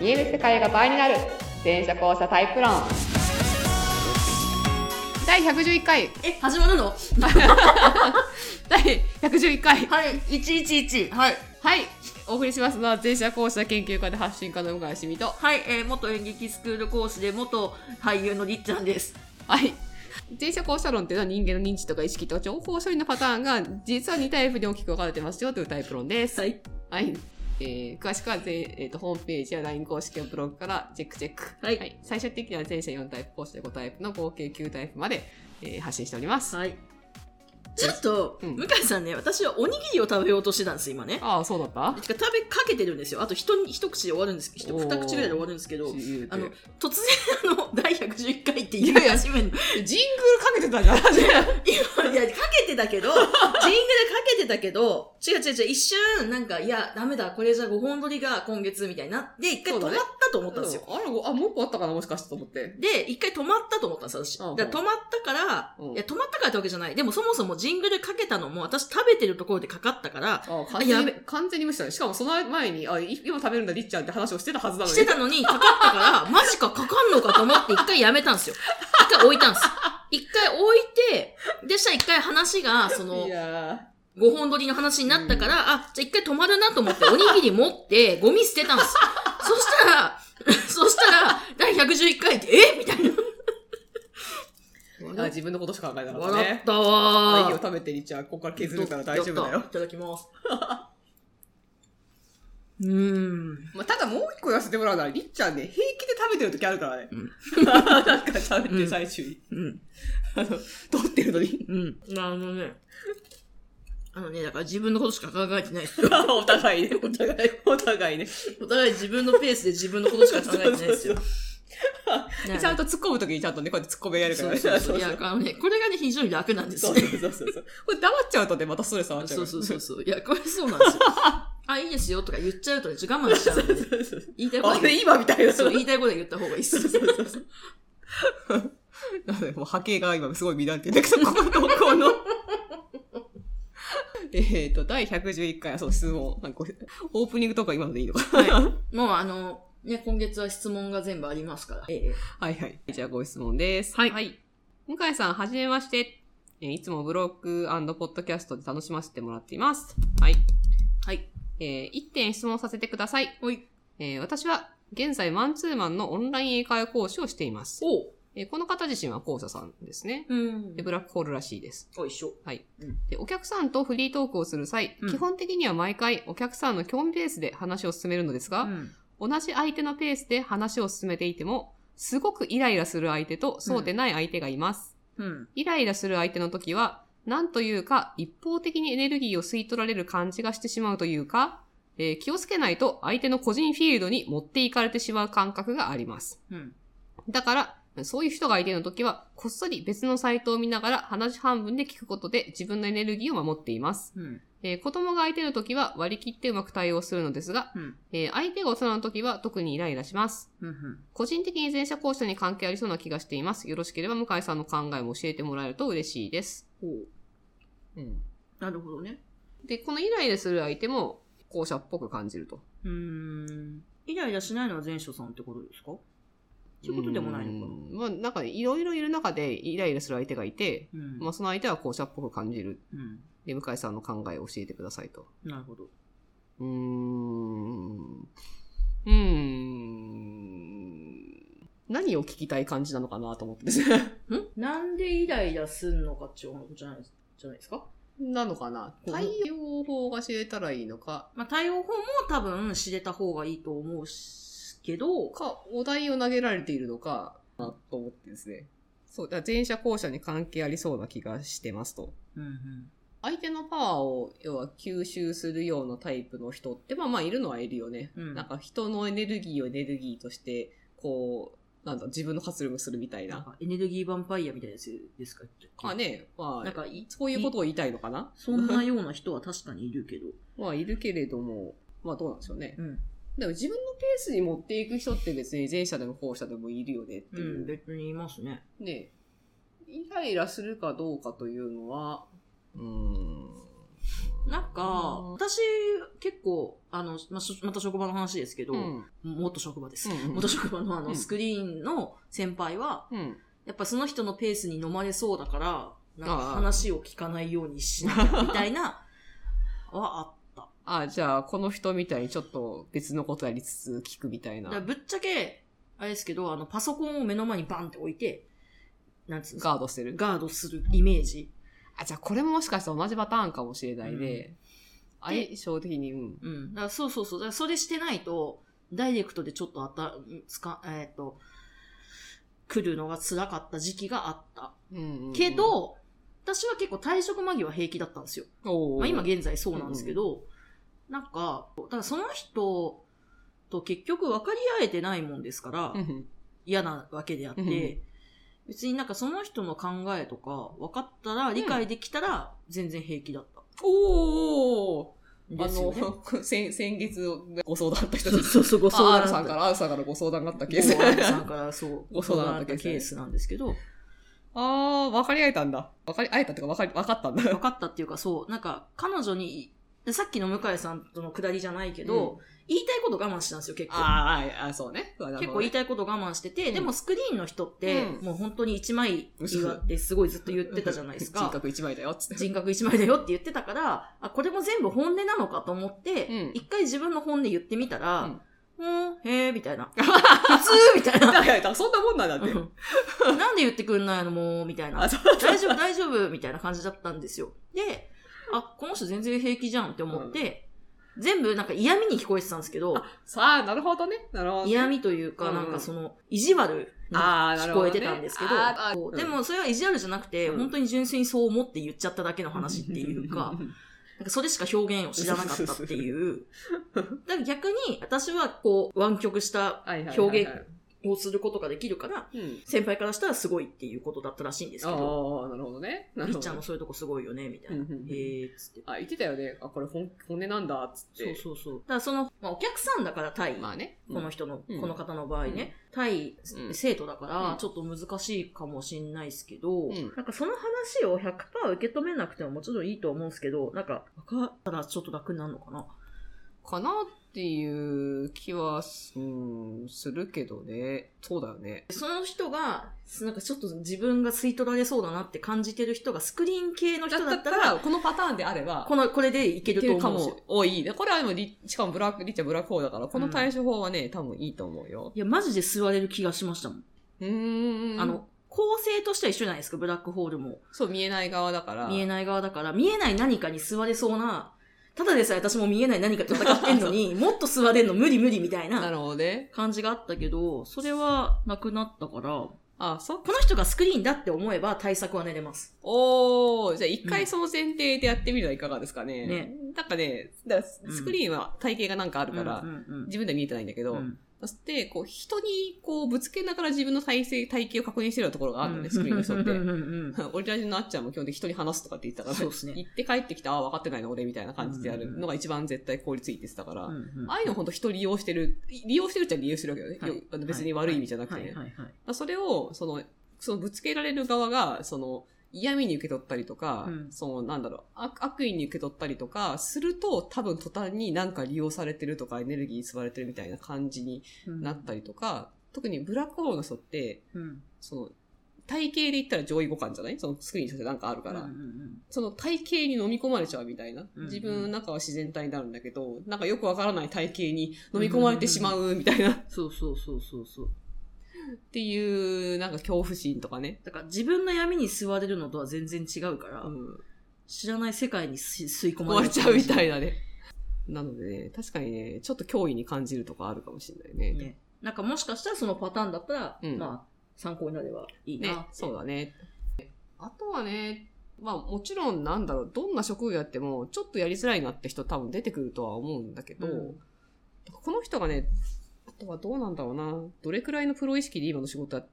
見える世界が倍になる全車交差タイプ論第111回え、始まるの第111回はい、111。はい。はいお送りしますのは全車交差研究家で発信家の向井しみとはい、えー元演劇スクール講師で元俳優のりっちゃんです。はい全社交差論っていうのは人間の認知とか意識とか情報処理のパターンが実は2タイプに大きく分かれてますよというタイプ論ですはい。はい。えー、詳しくはぜ、えー、とホームページや LINE 公式のブログからチェックチェック。はい最終的には全社4タイプ、後者5タイプの合計9タイプまで、えー発信しております。はい。ちょっと、うん向井さんね、私はおにぎりを食べようとしてたんです、今ね。ああ、そうだったてか食べかけてるんですよ。あと一に一口で終わるんですけど、おー二口ぐらいで終わるんですけど、言うてあの、突然、あの、 第111回って言い始めるの。ジングルかけてた じゃん、初め。今、いや、かけてた けど、ジングルかけてたけど、違う違う違う、一瞬、なんか、いや、ダメだ、これじゃ5本撮りが今月みたいになって、一回そ止うまだっねたと思ったんですよ。あら、あ、もう一個あったかな、もしかしてと思って。で、一回止まったと思ったんです、私。うんうんだから止まったから、うんいや、止まったからってわけじゃない。でもそもそもジングルかけたのも、私食べてるところでかかったから、ああ、完全やにべ、完全に無視したね。しかもその前に、あ、い今食べるんだ、りっちゃんって話をしてたはずなのしに。てたのにかかった から、マジかかかんのかと思って一回やめたんですよ。一回置いたんです。一回置いて、でしたら一回話が、そのい、や5本撮りの話になったから、あ、じゃあ一回止まるなと思って、おにぎり持って、ゴミ捨てた んです。そしたら、 そしたら、第111回で、えみたいーあな。自分のことしか考えなかった笑ねっ。たネギわをー。食べてりっちゃん、ここから削るから大丈夫だやっよた。いただきます。うーん。まあ、ただもう一個言わせてもらうなら、りっちゃんね、平気で食べてる時あるからね。う んなんか食べてる最中に。うん。あの、撮ってるの に。うん。あのね。あのね、だから自分のことしか考えてないです。お互いね、お互い。お互いね。お互い自分のペースで自分のことしか考えてないですよ。ねちゃんと突っ込む時にちゃんとね、こうやって突っ込みやるからね。そうそうそう。いそやう、あのね、これがね、非常に楽なんですそうね。そうそうそう。これ黙っちゃうとね、またストレス上がっちゃうそかうら。そうそうそう。いや、これそうなんですよ。あ、いいですよとか言っちゃうとね、ちょっと我慢しちゃうんで、ね、そうそう言いたいこ とあはれ、今みたいな。そう、言いたいことは言った方がいいっす。 なので、もう波形が今すごい乱れてるんだけど、この、この。 えっと、第111回、あそう、質問。なんかオープニングとか今のでいいのか なはいもうあの、ね、今月は質問が全部ありますから。ええはいはい。じゃあご質問です。はい向井さん、はじめまして。えーいつもブログポッドキャストで楽しませてもらっています。はい。はい。えー一点質問させてください。えー私は、現在、マンツーマンのオンライン英会話講師をしています。おう。えーこの方自身は講座さんですね。うんで、ブラックホールらしいです。おいしょ。で、お客さんとフリートークをする際、うん基本的には毎回お客さんの興味ベースで話を進めるのですが、ん。同じ相手のペースで話を進めていても、すごくイライラする相手とそうでない相手がいます。うん。イライラする相手の時は、なんというか、一方的にエネルギーを吸い取られる感じがしてしまうというか、えー気をつけないと相手の個人フィールドに持っていかれてしまう感覚があります。うん。だから、そういう人が相手の時は、こっそり別のサイトを見ながら話半分で聞くことで自分のエネルギーを守っています。うん。えー子供が相手の時は割り切ってうまく対応するのですが、うん。えー相手が大人の時は特にイライラします。うん。個人的に前者後者に関係ありそうな気がしています。よろしければ向井さんの考えも教えてもらえると嬉しいです。おう。うん、なるほどね。で、このイライラする相手も後者っぽく感じると。うーん。イライラしないのは前所さんってことですかそういうことでもないのかなうんまあ、なんかねいろいろいる中でイライラする相手がいて、うんまあ、その相手は後者っぽく感じる。うん。で、向井さんの考えを教えてくださいと。なるほど。うーん。うーん。何を聞きたい感じなのかなと思ってですね。んなんでイライラすんのかっていうことじゃないですじゃないですか なのかな対応法が知れたらいいのか、まあ、対応法も多分知れた方がいいと思うしけど、か、お題を投げられているのか、なと思ってですね。そう、だから前者後者に関係ありそうな気がしてますと。うんうん、相手のパワーを、要は吸収するようなタイプの人って、まあまあいるのはいるよね。うんなんか人のエネルギーをエネルギーとして、こう、なんだ、自分の活力するみたいなんな。かエネルギーヴァンパイアみたいなやつですかまあ。ね、まあ、なんかい、そういうことを言いたいのかなそんなような人は確かにいる けど。まあ、いるけれども、まあ、どうなんでしょうね。うん。でも、自分のペースに持っていく人って別に前者でも後者でもいるよねってういん、う。別にいますね。ねイライラするかどうかというのは、うーん。なんか、うん私、結構、あの、まあ、しまた職場の話ですけど、うん。元職場です。うんうん元職場のあうの、んスクリーンの先輩は、うん。やっぱその人のペースに飲まれそうだから、なんかああ話を聞かないようにしなきゃみたい な、はあった。あ、じゃあ、この人みたいにちょっと別のことやりつつ聞くみたいだなから。ぶっちゃけ、あれですけど、あの、パソコンを目の前にバンって置いて、なんつうんですかガードしてる。ガードするイメージ。あ、じゃあ、これももしかしたら同じパターンかもしれないで、相性的に、うん。うん。だからそうそうそう。だからそれしてないと、ダイレクトでちょっとあた、つか、えっ、と、来るのが辛かった時期があった。うんうんけ、ど、私は結構退職間際平気だったんですよ。おーまあ、今現在そうなんですけど、なんか、だからその人と結局分かり合えてないもんですから、うん嫌なわけであって、うん別になんかその人の考えとか分かったら、理解できたら全然平気だった。おーあですよね。の、 先、先月ご相談あった人 そうです。そうそう、ご相あ談るさだんっかた。ら、あるさんからご相談があったケケーースス。さんからそう、ご相談あったケースねケースなんですけど、 あー、分かり合えたんだ。分かり合えたっていうか、分かり、分かったんだ。分かったっていうかそう、なんか彼女に、でさっきの向井さんとのくだりじゃないけど、うん言いたいこと我慢してたんですよ、結構。あーあー、そうね。そうだ結構言いたいこと我慢してて、うんでもスクリーンの人って、うんもう本当に一枚岩ってすごいずっと言ってたじゃない です人か。格一枚だよ、つって。人格一枚だよって言ってたから、あ、これも全部本音なのかと思って、うん一回自分の本音言ってみたら、うんうん、へえ、みたいな。普通みたいだな。からだからそんなもんなんだって。うんなんで言ってくんないのもう、みたいなあ、。そう大丈夫、大丈夫、みたいな感じだったんですよ。で、あ、この人全然平気じゃんって思って、全部なんか嫌味に聞こえてたんですけど、さあ、なるほどね。なるほどね。嫌味というか、うんなんかその、意地悪にあーな聞るほこどえねてたんですけど、あーあーこううんでもそれは意地悪じゃなくて、うん本当に純粋にそう思って言っちゃっただけの話っていうか、なんかそれしか表現を知らなかったっていう。 だから逆に私はこう、湾曲しはたいはいはいはい、表現をすることができるから、うん。先輩からしたらすごいっていうことだったらしいんですけど、ああ、なるほどね。なりるっほちゃんどの。そういうとこすごいよね、みたいな。うんうんうんえーっつって。あ、言ってたよね。あ、これ本本音なんだ、つって。そうそうそう。だからその、まあ、お客さんだから対、まあね。この人の、うんこの方の場合ね、対うん生徒だかうらん、ちょっと難しいかもしんないですけど、うんなんかその話を100%受け止めなくてももちろんいいと思うんですけど、なんか分かったらちょっと楽になるのかな。かなっていう気はす、うん、するけどね。そうだよね。その人が、なんかちょっと自分が吸い取られそうだなって感じてる人がスクリーン系のだ人だっったたら、ら、このパターンであれば、この、これでいけいるけとるか思うんですよも。多い。でこれはでもり、しかもブラック、リッチはブラックホールだから、この対処法はね、多分いいと思うよ。いや、マジで吸われる気がしましたもん。うーん。あ、の、構成としては一緒じゃないですか、ブラックホールも。そう、見えない側だから。見えない側だから、見えない何かに吸われそうな、ただでさえ私も見えない何かと戦ってん のに、もっと吸われんの無理無理みたいななるほどね。感じがあったけど、それはなくなったから、こあ、そっか。の人がスクリーンだって思えば対策は練れます。おー、じゃあ一う回んその前提でやってみるのはいかがですかね。ね。なんかね、だからうんスクリーンは体型がなんかあるから、うんうん自分では見えてないんだけど、うんうんそして、こう、人に、こう、ぶつけながら自分の体勢、体型を確認してるようなところがあるのね、スクリーンの人っうん て。うんうんうんオリラジのあっちゃんも基本的に人に話すとかって言ってたから、そうですね行って帰ってきた、ああ、分かってないの俺みたいな感じでやるのが一番絶対効率いいって言ってたから、うんうんああいうのほんと人利用してる、利用してるっちゃ利用してるわけよね。はいよあの別に悪い意味じゃなくてはね。いはいはい。まあそれを、その、そのぶつけられる側が、その、嫌味に受け取ったりとか、うんその、なんだろう悪、悪意に受け取ったりとか、すると、多分途端になんか利用されてるとか、エネルギー吸われてるみたいな感じにうんなったりとか、特にブラックホールの人って、うんその、体型で言ったら上位互換じゃないそのスクリーンとしてなんかあるから、うんうんその体型に飲み込まれちゃうみたいな。うん自分の中は自然体になるんだけど、なんかよくわからない体型に飲み込まれてしまうみたいな、っうんそうそうそうそうそう。ていう、なんか恐怖心とかね。だから自分の闇に吸われるのとは全然違うから、うん知らない世界に吸吸い込ま壊れれちゃうみたいいなね。なのでね、確かにね、ちょっと脅威に感じるとかあるかもしれないね。ね、なんかもしかしたらそのパターンだったら、うんまあ、参考になればいいな。ね、そうだね。あとはね、まあもちろんなんだろう、どんな職業やっても、ちょっとやりづらいなって人多分出てくるとは思うんだけど、うんこの人がね、あとはどうなんだろうな、どれくらいのプロ意識で今の仕事やっ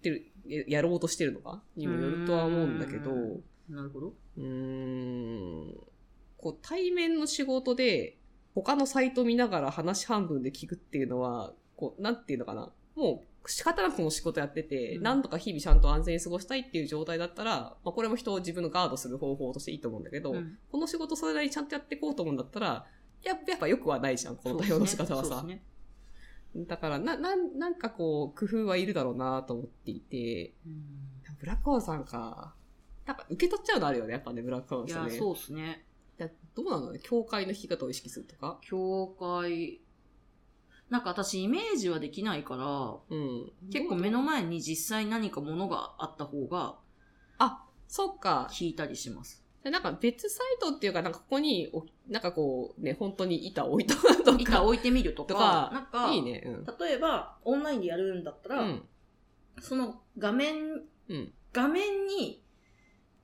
てる、ややろうとしてるのかにもよるとは思うんだけど、うんなるほど。うーんこう対面の仕事で他のサイト見ながら話半分で聞くっていうのは、こう、なんていうのかな。もう仕方なくこの仕事やってて、うんなんとか日々ちゃんと安全に過ごしたいっていう状態だったら、まあこれも人を自分のガードする方法としていいと思うんだけど、うんこの仕事それなりにちゃんとやっていこうと思うんだったら、やっぱやっぱ良くはないじゃん、この対応の仕方はそうさ。ですねだから、な、なん、なんかこう、工夫はいるだろうなと思っていて、うんブラックホーンさんか。なんか受け取っちゃうのあるよね、やっぱね、ブラックホーンいさんや、ね。そうですね。だどうなのね、教会の弾き方を意識するとか。教会、なんか私イメージはできないから、うん。結構どう目の前に実際何かものがあった方があ、そっか。聞いたりします。でなんか別サイトっていうか、なんかここにお、なんかこう、ね、本当に板を置いたとか。板置いてみるとか、とかなんか、いいね。うん。例えばオンラインでやるんだっうたら、ん。その画面、うん画面に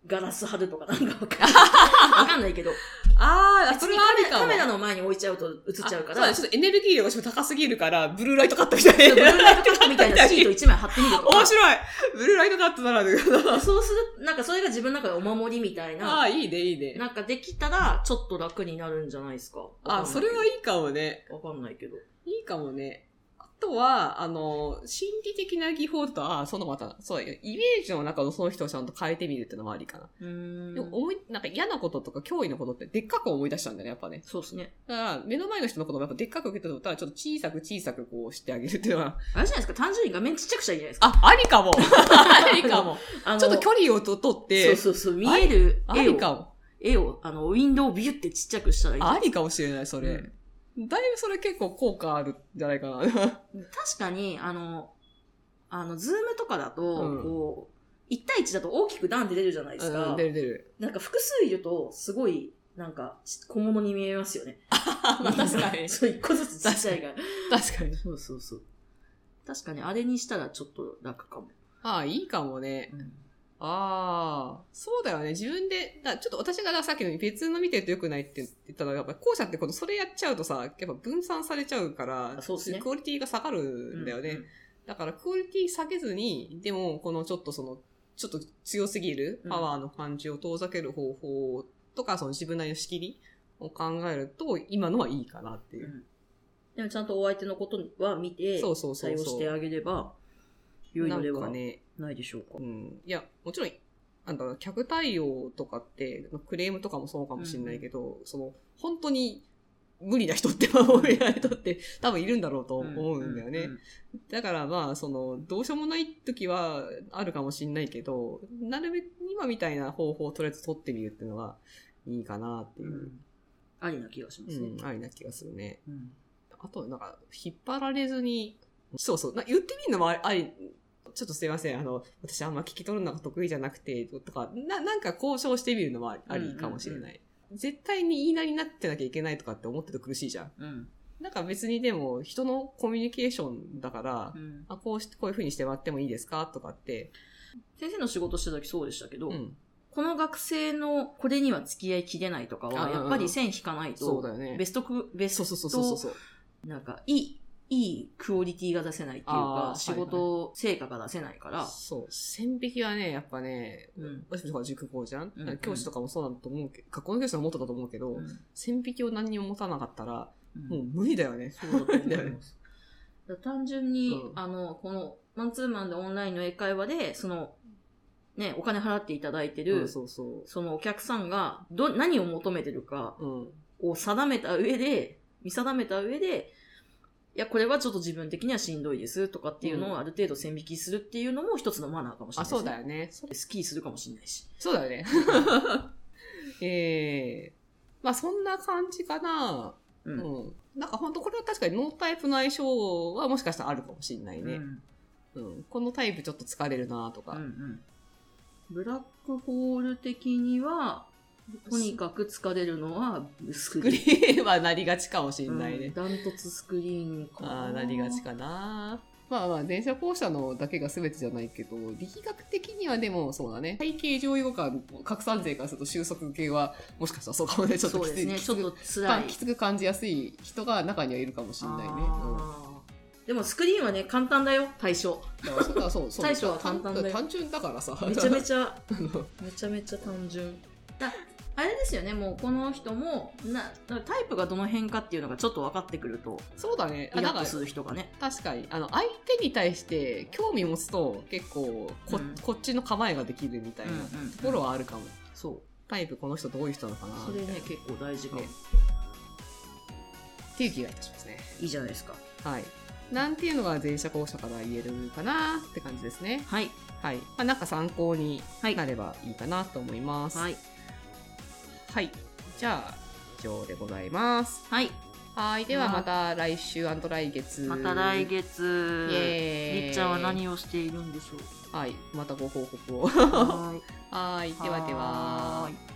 ガラス貼るとかなんかわ かんないわかんないけど、あー、別それにはカあメりかもカメラの前に置いちゃうと映っちゃうから、あそうだねちょっとエネルギー量がちょっと高すぎるから、ブルーライトカットみたいブルーな。ライトカットみたいなシート1枚貼ってみるとか 面、白いブルーライトカットならぬ。そうする、なんかそれが自分の中でお守りみたいあな、あ、いいね、いいね。なんかできたらちょっと楽になるんじゃないですか。あ、それはいい。いかもね。わかんないけど。いいかもね。あとは、あの、心理的な技法と、あ、そのまた、そうだよイメージの中のその人をちゃんと変えてみるっていうのもありかな。うーんでも思い、なんか嫌なこととか脅威のことってでっかく思い出しちゃうんだよね、やっぱね。そうですね。だから、目の前の人のことをやっぱでっかく受け取ったら、ちょっと小さく小さくこうしてあげるっていうのは、あれじゃないですか、単純に画面ちっちゃくしたらいいんじゃないです あ、か。ありかも ありかも。あのちょっと距離をと取って、そうそうそう、見えるあ絵りを、かも。絵を、あの、ウィンドウをビュってちっちゃくしたらいい。ありかもしれない、そうんれ。だいぶそれ結構効果あるんじゃないか な。確かに、あの、あの、ズームとかだと、うんこう、1対1だと大きく段で出るじゃないですうかん、。出る出る。なんか複数いると、すごい、なんか、小物に見えますよね。 まあ 確かに。 そう、一個ずつちっちゃいが。確かに。そうそうそう。確かに、あれにしたらちょっと楽かも。ああ、いいかもね。うんああ、そうだよね。自分で、だちょっと私がさっきの別の見てると良くないって言ったのが、やっぱ後者ってこと、それやっちゃうとさ、やっぱ分散されちゃうから、あそうっすねクオリティが下がるんだよね。うんだからクオリティ下げずに、でも、このちょっとその、ちょっと強すぎるパワーの感じを遠ざける方法とか、その自分なりの仕切りを考えると、今のはいいかなっていうう。んでもちゃんとお相手のことは見て、そうそうそう対応そう。してあげれば、良いのでなはんかね、ないでしょうか。うん。いや、もちろん、なんだろう、客対応とかって、クレームとかもそうかもしれないけど、その、本当に無理な人って、まあ無理な人って多分いるんだろうと思うんだよね。ううだからまあ、その、どうしようもない時はあるかもしれないけど、なるべく今みたいな方法をとりあえず取ってみるっていうのは、いいかなっていうう、んありな気がしまうすね。ん、ありな気がするね。うんあと、なんか、引っ張られずに、そうそう、な言ってみるのもあり、ありちょっとすいません、あの、私あんま聞き取るのが得意じゃなくて、とか、な、なんか交渉してみるのもありありかもしれない。絶対に言いなりになってなきゃいけないとかって思ってると苦しいじゃん。うんなんか別にでも、人のコミュニケーションだからう、んあ、こうして、こういう風にしてもらってもいいですかとかって。先生の仕事してた時そうでしたけど、うん。この学生のこれには付き合いきれないとかあは、うんうんやっぱり線引かないそうだと、よねベ。ストク、ベそうスそうそうそうト、そう。なんか、いい、いいクオリティが出せないっていうあかー、仕事成果が出せないから、そう。線引きはね、やっぱね、うん私とか塾講じゃん、うんうん教師とかもそうだと思うけど、学校の教師はもっとだと思うけど、うん線引きを何にも持たなかったら、うんもう無理だよね。そうだと思 います。だから単純に、うんあの、この、マンツーマンでオンラインの英会話で、その、ね、お金払っていただいてうる、んそそうそのお客さんが、ど、何を求めてるかう。うん。を定めた上で、見定めた上で、いや、これはちょっと自分的にはしんどいですとかっていうのをある程度線引きするっていうのも一つのマナーかもしれあ、ないです、ね。そうだよね。そスキーするかもしれないし。そうだよ ね。ええまあそんな感じかな。う。うんん。なんか本当これは確かにノータイプの相性はもしかしたらあるかもしれないうね。んうん、このタイプちょっと疲れるなとうか、んブラックホール的には、とにかく疲れるのはスクグリリーン。ーンはなりがちかもしれないうんね。ダントツスクリーンかああ、なりがち。かな。まあまあ、電車校舎のだけが全てじゃないけど、力学的にはでもそうだね。体系上位互換、拡散税からすると収束系は、もしかしたらそうかもね、ちょっとそきうつですい、ね。きちょっつとく辛い。きつく感じやすい人が中にはいるかもしれないね。うんあーでもスクリーンはね、簡単だよ、対象。だからそれはそう、そう対処は簡単だよ単純だからさ。めちゃめちゃ。あのめちゃめちゃ単純だあれですよねもうこの人もなタイプがどの辺かっていうのがちょっと分かってくると そうだね。あイなんラッとかする人がね確かにあの相手に対して興味持つと結構こ,、うんこっちの構えができるみたいなうんうんうんところはあるかも、そうタイプこの人どういう人なのかなそれね結構大事かも、ねっていう気がいたしますね。いいじゃないですか。はい。なんていうのが前者後者から言えるかなって感じですね。はい。はい。まあ、なんか参考にはいなればいいかなと思います。はい。はい。じゃあ、以上でございます。はい。はい。ではまた来週来月。また来イ月。エーイ。りっちゃんは何 をしているんでしょうはい。またご報告を。はーい。はい。ではでは。ーい